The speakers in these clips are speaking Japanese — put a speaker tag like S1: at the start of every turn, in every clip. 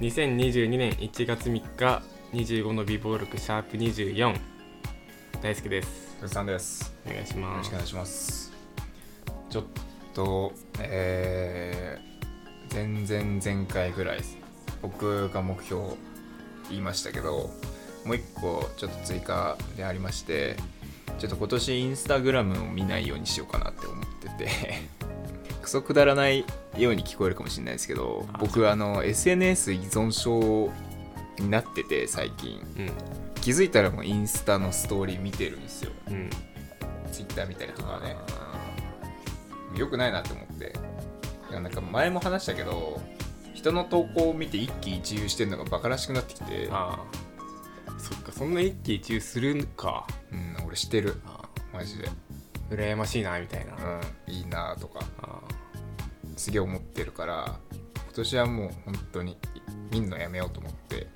S1: 2022年1月3日25の美貌録シャープ24大好きです
S2: ふさんです
S1: お願いし
S2: よろ
S1: ま
S2: し
S1: す
S2: くお願いしますちょっとえー、前々前回ぐらい僕が目標を言いましたけどもう一個ちょっと追加でありましてちょっと今年インスタグラムを見ないようにしようかなって思ってて クソくだらないように聞こえるかもしれないですけど
S1: あ
S2: 僕あの SNS 依存症になってて最近
S1: うん
S2: 気づいたらもうインスタのストーリー見てるんですよ
S1: うん
S2: ツイッター見たりとかね
S1: あ
S2: 良くないなって思っていやなんか前も話したけど人の投稿を見て一喜一憂してるのがバカらしくなってきて
S1: ー、あーそっかそんな一喜一憂するか
S2: うん、俺してる
S1: あ
S2: マジで、
S1: ー羨ましいなみたいな、あ
S2: うん、いいなとか
S1: あ
S2: すげえ思ってるから今年はもう本当に見んのやめようと思ってだか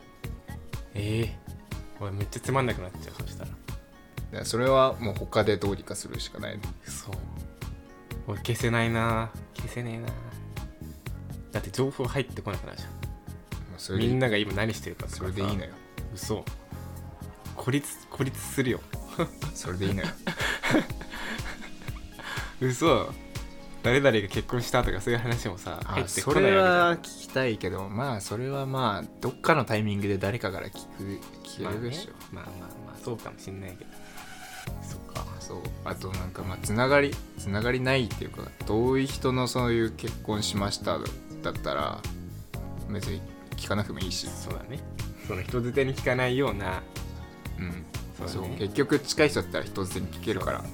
S1: ええ俺めっちゃつまんなくなっちゃうそしたら
S2: らそれはもう他でどうにかするしかない
S1: そう俺消せないな消せねえなだって情報入ってこなくなるじ
S2: もうそ
S1: ゃん
S2: れで
S1: みんなが今何してるかとかさ
S2: それでいいのよ
S1: 嘘孤立孤立するよ
S2: それでいい のよ
S1: 嘘誰々が結婚したとかそういう話もさ入
S2: あ
S1: って
S2: そ
S1: こない
S2: れ
S1: わ
S2: は聞きたいけどまあそれはまあどっかのタイミングで誰かから聞く
S1: けじ
S2: 聞
S1: ゃん
S2: けるでしょ、
S1: まあねまあまあまあそうかもしんないけどそっか
S2: そうあとなんかまあつながりつながりないっていうか遠い人のそういう結婚しましただったら別に聞かなくてもいいし、
S1: そうだねその人づてに聞かないような
S2: うん
S1: そうだ
S2: そう
S1: ね
S2: 結局近い人だったら人全に聞けるから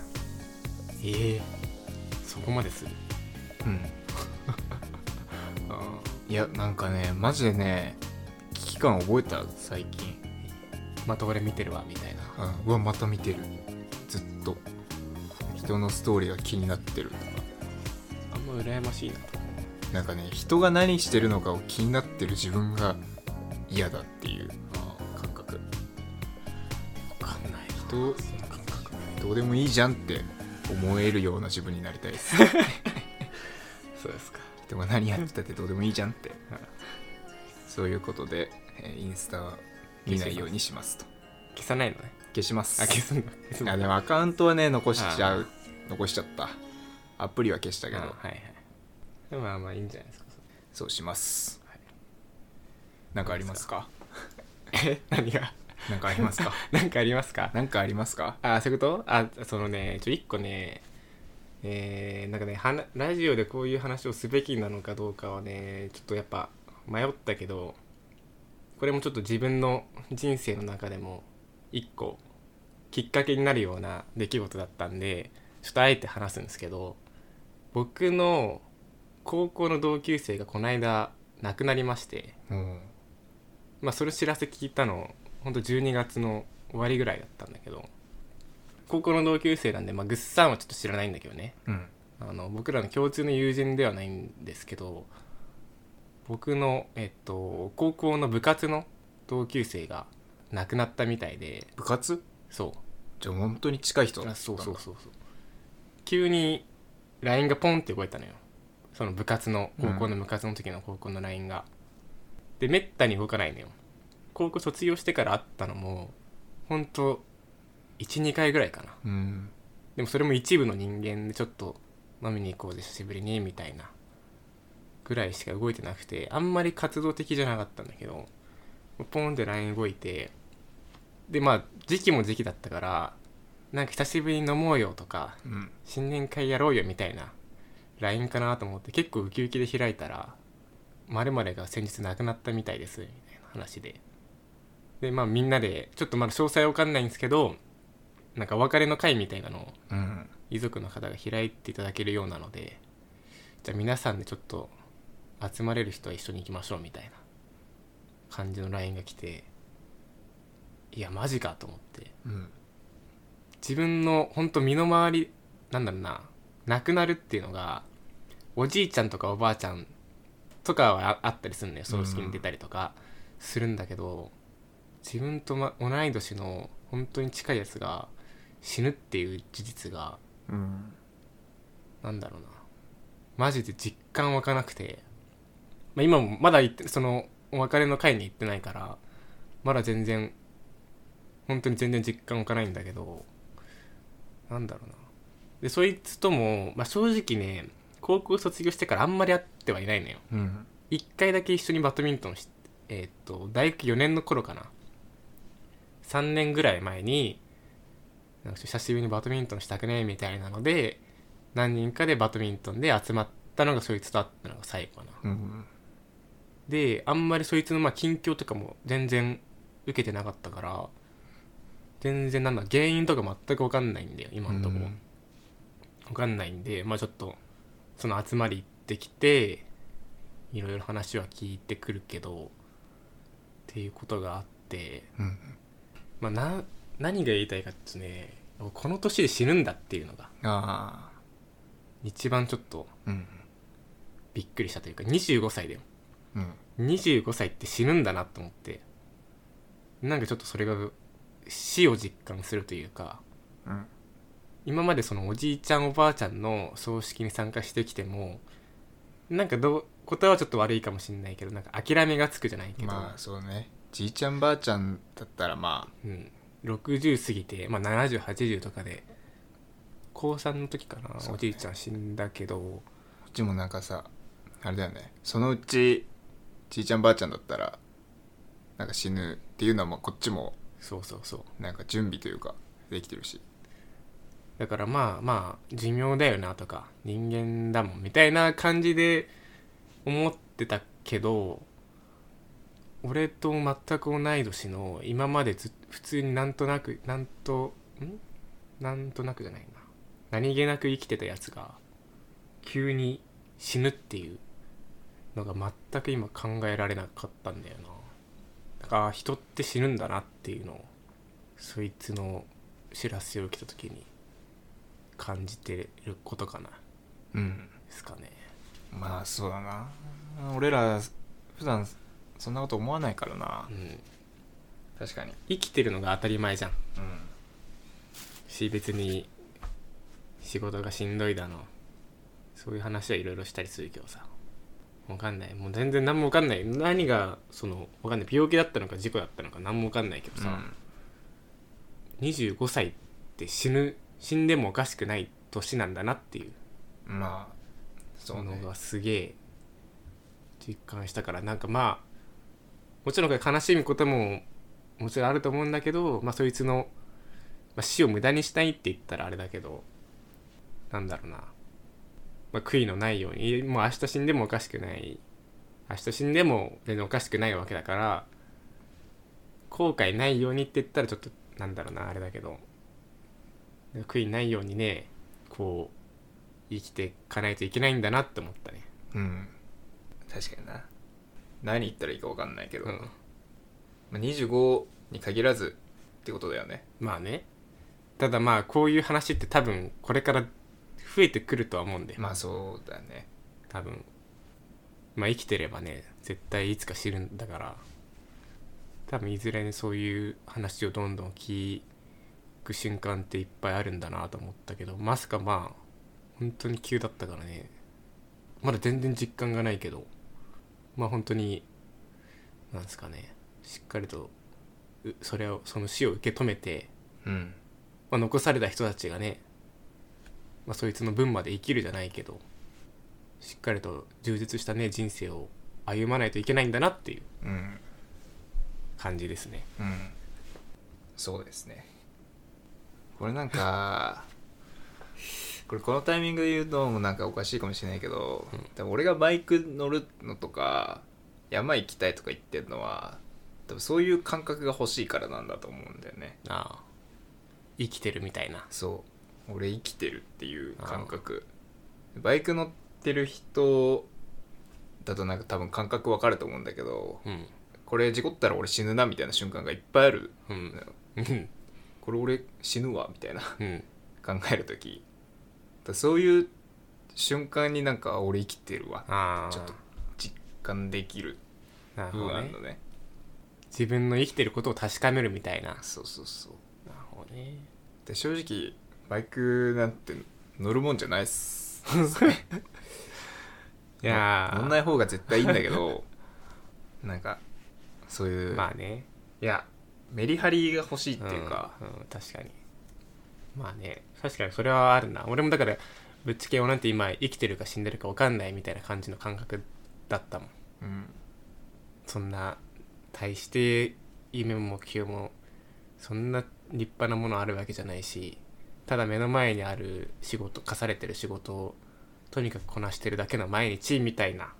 S1: ええそこまでする
S2: うん
S1: あ
S2: いやなんかねマジでね危機感覚えた最近、
S1: ーまた俺見てるわみたいな
S2: うん、うわまた見てるずっと人のストーリーが気になってるとか
S1: あんま羨ましいなと
S2: なんかね人が何してるのかを気になってる自分が嫌だっていう感覚
S1: 分かんないな
S2: 人
S1: そんな感覚ない
S2: どうでもいいじゃんって思えるような自分になりたいです
S1: そうですか
S2: 人が何やってたってどうでもいいじゃんってそういうことで、えーインスタは見ないようにしますと
S1: 消さないのね
S2: 消します
S1: あ消すんだ消すんだ
S2: あでもアカウントはね残しちゃう残しちゃったアプリは消したけど、
S1: あはいはいでもまあまあいいんじゃないですか
S2: そうします
S1: はい
S2: なんかありますか
S1: え何が
S2: なんかありますか
S1: 何かありますか
S2: なんかありますか
S1: あそういうことあそのねちょ一個ねえー、なんかねはなラジオでこういう話をすべきなのかどうかはねちょっとやっぱ迷ったけどこれもちょっと自分の人生の中でも一個きっかけになるような出来事だったんでちょっとあえて話すんですけど僕の高校の同級生がこの間亡くなりまして
S2: うん
S1: まあそれ知らせ聞いたのほんと12月の終わりぐらいだったんだけど高校の同級生なんで、まあ、ぐっさんはちょっと知らないんだけどね
S2: うん
S1: あの僕らの共通の友人ではないんですけど僕の、えっと、高校の部活の同級生が亡くなったみたいで
S2: 部活
S1: そう
S2: じゃあ本当に近い人だ
S1: あ
S2: った
S1: そ
S2: ん
S1: う
S2: だ
S1: そうそうそう急に LINE がポンって動いたのよその部活の高校の部活の時の高校の LINE が、でめったに動かないのよ高校卒業してから会ったのもほんと12回ぐらいかな
S2: うん
S1: でもそれも一部の人間でちょっと飲みに行こうで久しぶりにみたいなぐらいしか動いてなくてあんまり活動的じゃなかったんだけどポンって LINE 動いてでまあ時期も時期だったからなんか久しぶりに飲もうよとか
S2: うん
S1: 新年会やろうよみたいな LINE かなと思って結構ウキウキで開いたら「まるが先日亡くなったみたいです」みたいな話ででまあみんなでちょっとまだ詳細わかんないんですけどなんかお別れの会みたいなのを
S2: うん
S1: 遺族の方が開いていただけるようなのでじゃあ皆さんでちょっと集まれる人は一緒に行きましょうみたいな感じの LINE が来ていやマジかと思って
S2: うん
S1: 自分のほんと身の回りなんだろうな亡くなるっていうのがおじいちゃんとかおばあちゃんとかはああったりするのよ葬式に出たりとかするんだけど、自分と、ま、同い年の本当に近いやつが死ぬっていう事実が
S2: うん
S1: なんだろうなマジで実感湧かなくて、まあ、今もまだ言ってそのお別れの会に行ってないからまだ全然本当に全然実感湧かないんだけどなんだろうなでそいつとも、まあ、正直ね高校卒業してからあんまり会ってはいないのよ
S2: うん
S1: 一回だけ一緒にバドミントンしえーっと大学4年の頃かな3年ぐらい前になんか久しぶりにバドミントンしたくねみたいなので何人かでバドミントンで集まったのがそいつと会ったのが最後かな
S2: うん
S1: であんまりそいつのまあ近況とかも全然受けてなかったから全然なんだ原因とか全く分かんないんだよ今のところ、分かんないんでまあちょっとその集まり行ってきていろいろ話は聞いてくるけどっていうことがあって、
S2: うん
S1: まあ、な何が言いたいかってねこの年で死ぬんだっていうのが
S2: あ
S1: 一番ちょっと
S2: あうん
S1: びっくりしたというか25歳だよ
S2: うん
S1: 25歳って死ぬんだなと思ってなんかちょっとそれが死を実感するというか
S2: うん
S1: 今までそのおじいちゃんおばあちゃんの葬式に参加してきてもなんかどう答えはちょっと悪いかもしんないけどなんか諦めがつくじゃないけど、
S2: まあそうねじいちゃんばあちゃんだったらま
S1: うん、60過ぎて、まあ、7080とかで高3の時かな、
S2: そう
S1: お
S2: ね
S1: じいちゃん死んだけど
S2: あうちもなんかさあれだよねそのうちじいちゃんばあちゃんだったらなんか死ぬっていうのはまあこっちも
S1: そうそうそう
S2: なんか準備というかできてるし
S1: だからまあまあ寿命だよなとか人間だもんみたいな感じで思ってたけど俺と全く同い年の今までず普通になんとなくなんとんなんとなくじゃないな何気なく生きてたやつが急に死ぬっていうのが全く今考えられなかったんだよなだから人って死ぬんだなっていうのをそいつの知らせを受けた時に感じてることかなで
S2: うん
S1: すかね
S2: まあそうだな俺ら普段そんなこと思わないからな
S1: うん
S2: 確かに
S1: 生きてるのが当たり前じゃん
S2: うん
S1: し別に仕事がしんどいだのそういう話はいろいろしたりするけどさわかんないもう全然何もわかんない何がそのわかんない病気だったのか事故だったのか何もわかんないけどさ、25歳って死ぬ死んでもおかしくない年なんだなっていう
S2: うん、まあそう
S1: も
S2: ね
S1: のがすげえ実感したからなんかまあもちろん悲しむことももちろんあると思うんだけど、まあ、そいつの、まあ、死を無駄にしたいって言ったらあれだけどなんだろうな、まあ、悔いのないようにもう明日死んでもおかしくない明日死んでも全然おかしくないわけだから後悔ないようにって言ったらちょっとなんだろうなあれだけど悔いないようにねこう生きていかないといけないんだなって思ったね
S2: うん確かにな何言ったらいいか分かんないけど、
S1: うん
S2: まあ、25に限らずってことだよね
S1: まあねただまあこういう話って多分これから増えてくるとは思うんで、
S2: まあそうだね
S1: 多分まあ生きてればね絶対いつか知るんだから多分いずれにそういう話をどんどん聞く瞬間っていっぱいあるんだなと思ったけどまさかまあ本当に急だったからねまだ全然実感がないけどまあ本当になんですかねしっかりとうそれをその死を受け止めて
S2: うん
S1: まあ、残された人たちがね、まあ、そいつの分まで生きるじゃないけどしっかりと充実したね人生を歩まないといけないんだなっていう
S2: うん
S1: 感じですね
S2: うんそうですねこれなんか これこのタイミングで言うのもなんかおかしいかもしれないけど、
S1: うん
S2: 多分俺がバイク乗るのとか山行きたいとか言ってるのは多分そういう感覚が欲しいからなんだと思うんだよね
S1: ああ生きてるみたいな
S2: そう俺生きてるっていう感覚バイク乗ってる人だとなんか多分感覚わかると思うんだけど
S1: うん
S2: これ事故ったら俺死ぬなみたいな瞬間がいっぱいある
S1: うんうん
S2: これ俺死ぬわみたいな
S1: うん
S2: 考える時だからそういう瞬間になんかあ俺生きてるわ
S1: ああ
S2: ちょっと実感できる
S1: なる
S2: 部
S1: ほ
S2: 分あ
S1: ど
S2: る
S1: ね
S2: のね
S1: 自分の生きてることを確かめるみたいな
S2: そうそうそう
S1: なるほどね
S2: で正直バイクなんて乗るもんじゃないっす
S1: いやー
S2: 乗んない方が絶対いいんだけどなんかそういう、
S1: まあね
S2: いやメリハリが欲しいっていうか、
S1: うんうん確かにまあね確かにそれはあるな俺もだからぶっちゃけ俺なんて今生きてるか死んでるか分かんないみたいな感じの感覚だったもん
S2: うん
S1: そんな大して夢も目標もそんな立派なものあるわけじゃないしただ目の前にある仕事課されてる仕事をとにかくこなしてるだけの毎日みたいな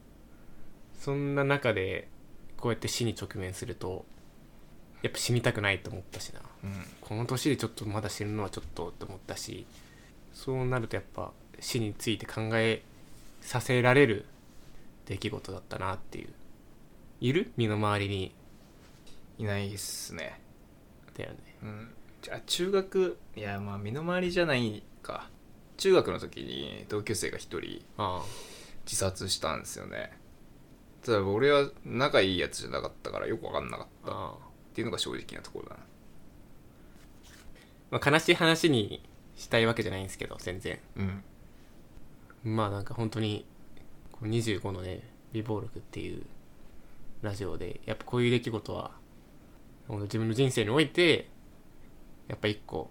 S1: そんな中でこうやって死に直面するとやっぱ死にたくないと思ったしな
S2: うん
S1: この年でちょっとまだ死ぬのはちょっとと思ったしそうなるとやっぱ死について考えさせられる出来事だったなっていういる身の回りに
S2: いないっすね
S1: だよね
S2: うんじゃあ中学いやまあ身の回りじゃないか中学の時に同級生が一人
S1: あ
S2: 自殺したんですよねただ俺は仲いいやつじゃなかったからよく分かんなか
S1: あ
S2: ったっ
S1: ああ
S2: ていうのが正直なところだな
S1: まあ、悲しい話にしたいわけじゃないんですけど全然
S2: うん
S1: まあなんか本当にこう25のね「美貌録」っていうラジオでやっぱこういう出来事はほんと自分の人生においてやっぱ一個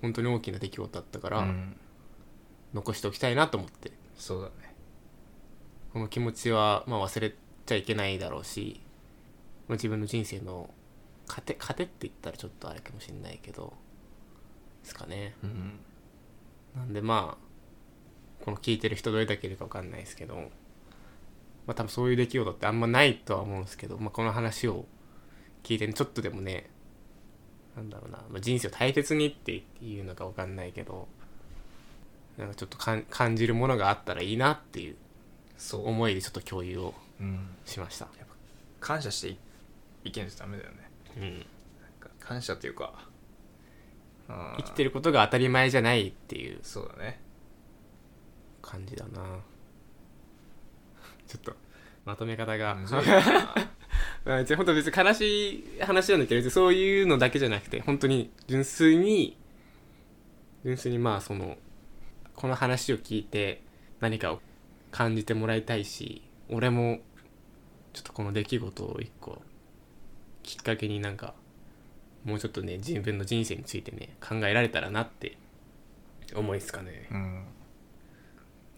S1: 本当に大きな出来事だったから、
S2: うん
S1: 残しておきたいなと思って
S2: そうだね
S1: この気持ちは、まあ、忘れちゃいけないだろうし、まあ、自分の人生の糧糧って言ったらちょっとあれかもしれないけどですかね
S2: うん
S1: なんでまあこの聞いてる人どれだけいるか分かんないですけどまあ多分そういう出来事ってあんまないとは思うんですけど、まあ、この話を聞いてねちょっとでもねなんだろうな、まあ、人生を大切にっていうのか分かんないけどなんかちょっとかん感じるものがあったらいいなっていう
S2: そう、
S1: 思いでちょっと共有を
S2: うん、
S1: しました、
S2: 感謝していいけないとダメだよね
S1: うん、
S2: なんか感謝というか生
S1: 生きて
S2: る
S1: ることが当たり前じゃないっていう
S2: そうだね
S1: 感じだなちょっとまとめ方が
S2: むずいな
S1: うん別に本当別に悲しい話なんだけど別にそういうのだけじゃなくて本当に純粋に純粋にまあそのこの話を聞いて何かを感じてもらいたいし俺もちょっとこの出来事を一個きっかけになんかもうちょっとね自分の人生についてね考えられたらなって思いですかね。
S2: うん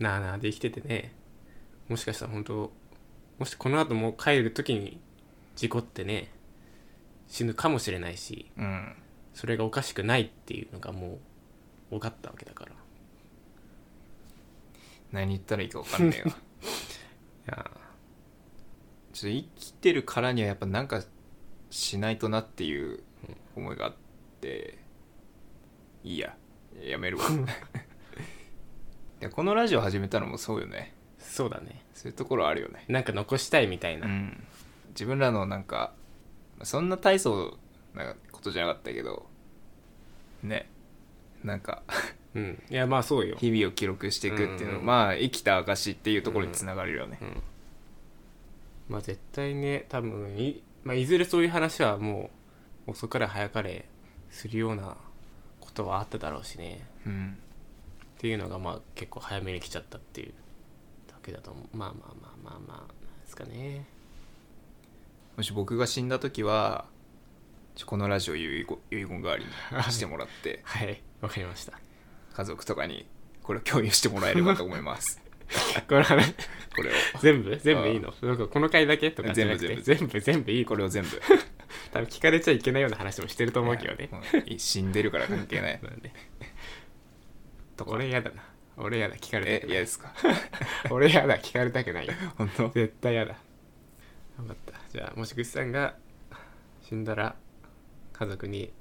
S1: なあなあで生きててねもしかしたら本当もしこの後もう帰る時に事故ってね死ぬかもしれないし
S2: うん
S1: それがおかしくないっていうのがもう分かったわけだからい
S2: 何言ったらいいか分かんないわ
S1: や
S2: ちょっと生きてるからにはやっぱなんかしないとなっていう思いがあって、いいやや めるわいやこのラジオ始めたのもそうよね
S1: そうだね
S2: そういうところあるよね
S1: なんか残したいみたいな、
S2: うん自分らのなんかそんな大層なことじゃなかったけどねなん か
S1: うんいやまあそうよ
S2: 日々を記録していくっていうの、
S1: うん
S2: まあ生きた証っていうところにつながるよね、
S1: うんまあ絶対ね多分い,、まあ、いずれそういう話はもう遅かれ早かれするようなことはあっただろうしね
S2: うん
S1: っていうのがまあ結構早めに来ちゃったっていうだけだと思うまあまあまあまあまあなんですかね
S2: もし僕が死んだ時はちょこのラジオ遺言遺言代わりにしてもらって
S1: はいわかりました
S2: 家族とかにこれを共有してもらえればと思います
S1: これはね
S2: これを
S1: 全部全部いいのなんかこの回だけとかじゃなくて
S2: 全部
S1: 全部全部いいこ
S2: こ
S1: れ
S2: れを全部
S1: 多分聞かれちゃいけないような話もしてると思うけどね
S2: うん死んでるから関係 ない
S1: まあね俺嫌だな俺嫌だ聞かれ
S2: え
S1: たくな
S2: 嫌
S1: い
S2: ですか
S1: 俺嫌だ聞かれたくないよ
S2: 本当
S1: 絶対嫌だ分かったじゃあもし口さんが死んだら家族に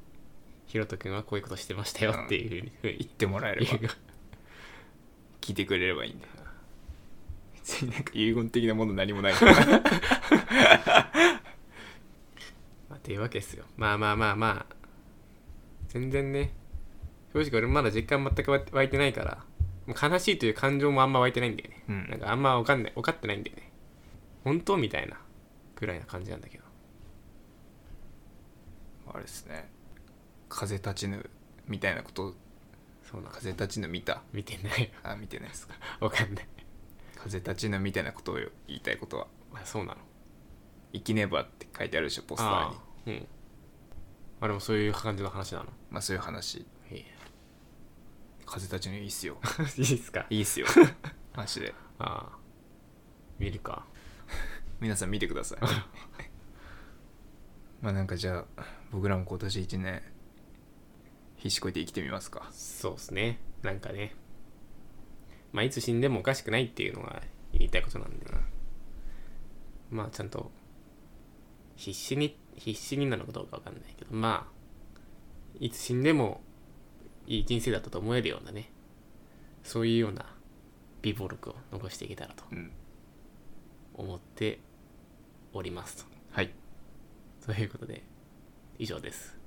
S1: ひろとくんはこういうことしてましたよっていうふうに
S2: 言ってもらえれば
S1: 言う
S2: 聞いてくれればいいんだよな別になんか遺言的なもの何も ないから
S1: まあ、というわけですよまあまあまあまあ全然ね正直俺まだ実感全く湧いてないからもう悲しいという感情もあんま湧いてないんだよね、
S2: うん
S1: なんかあんま分かんない分かってないんだよね本当みたいなぐらいな感じなんだけど
S2: あれですね風立ちぬみたいなこと
S1: そうなん
S2: 風立ちぬ見た
S1: 見てない よ
S2: あ見てないですか
S1: 分かんない
S2: 風立ちぬみたいなことを言いたいことは
S1: あそうなの
S2: 生きねばって書いてあるでしょポスター
S1: ああう
S2: に
S1: んあれもそういう感じの話なの
S2: まあそういう話
S1: へえ
S2: 風立ちのいいっす よ
S1: いいですか
S2: いいっすよマジで
S1: ああ見るか
S2: 皆さん見てくだ さいまあなんかじゃあ僕らも今年1年必死こいて生きてみますか
S1: そうですねなんかねまあいつ死んでもおかしくないっていうのが言いたいことなんで、まあちゃんと必死に必死になのかどうかわかんないけどまあいつ死んでもいい人生だったと思えるようなねそういうような美貌録を残していけたらと
S2: うん
S1: 思っております
S2: はい
S1: とということで以上です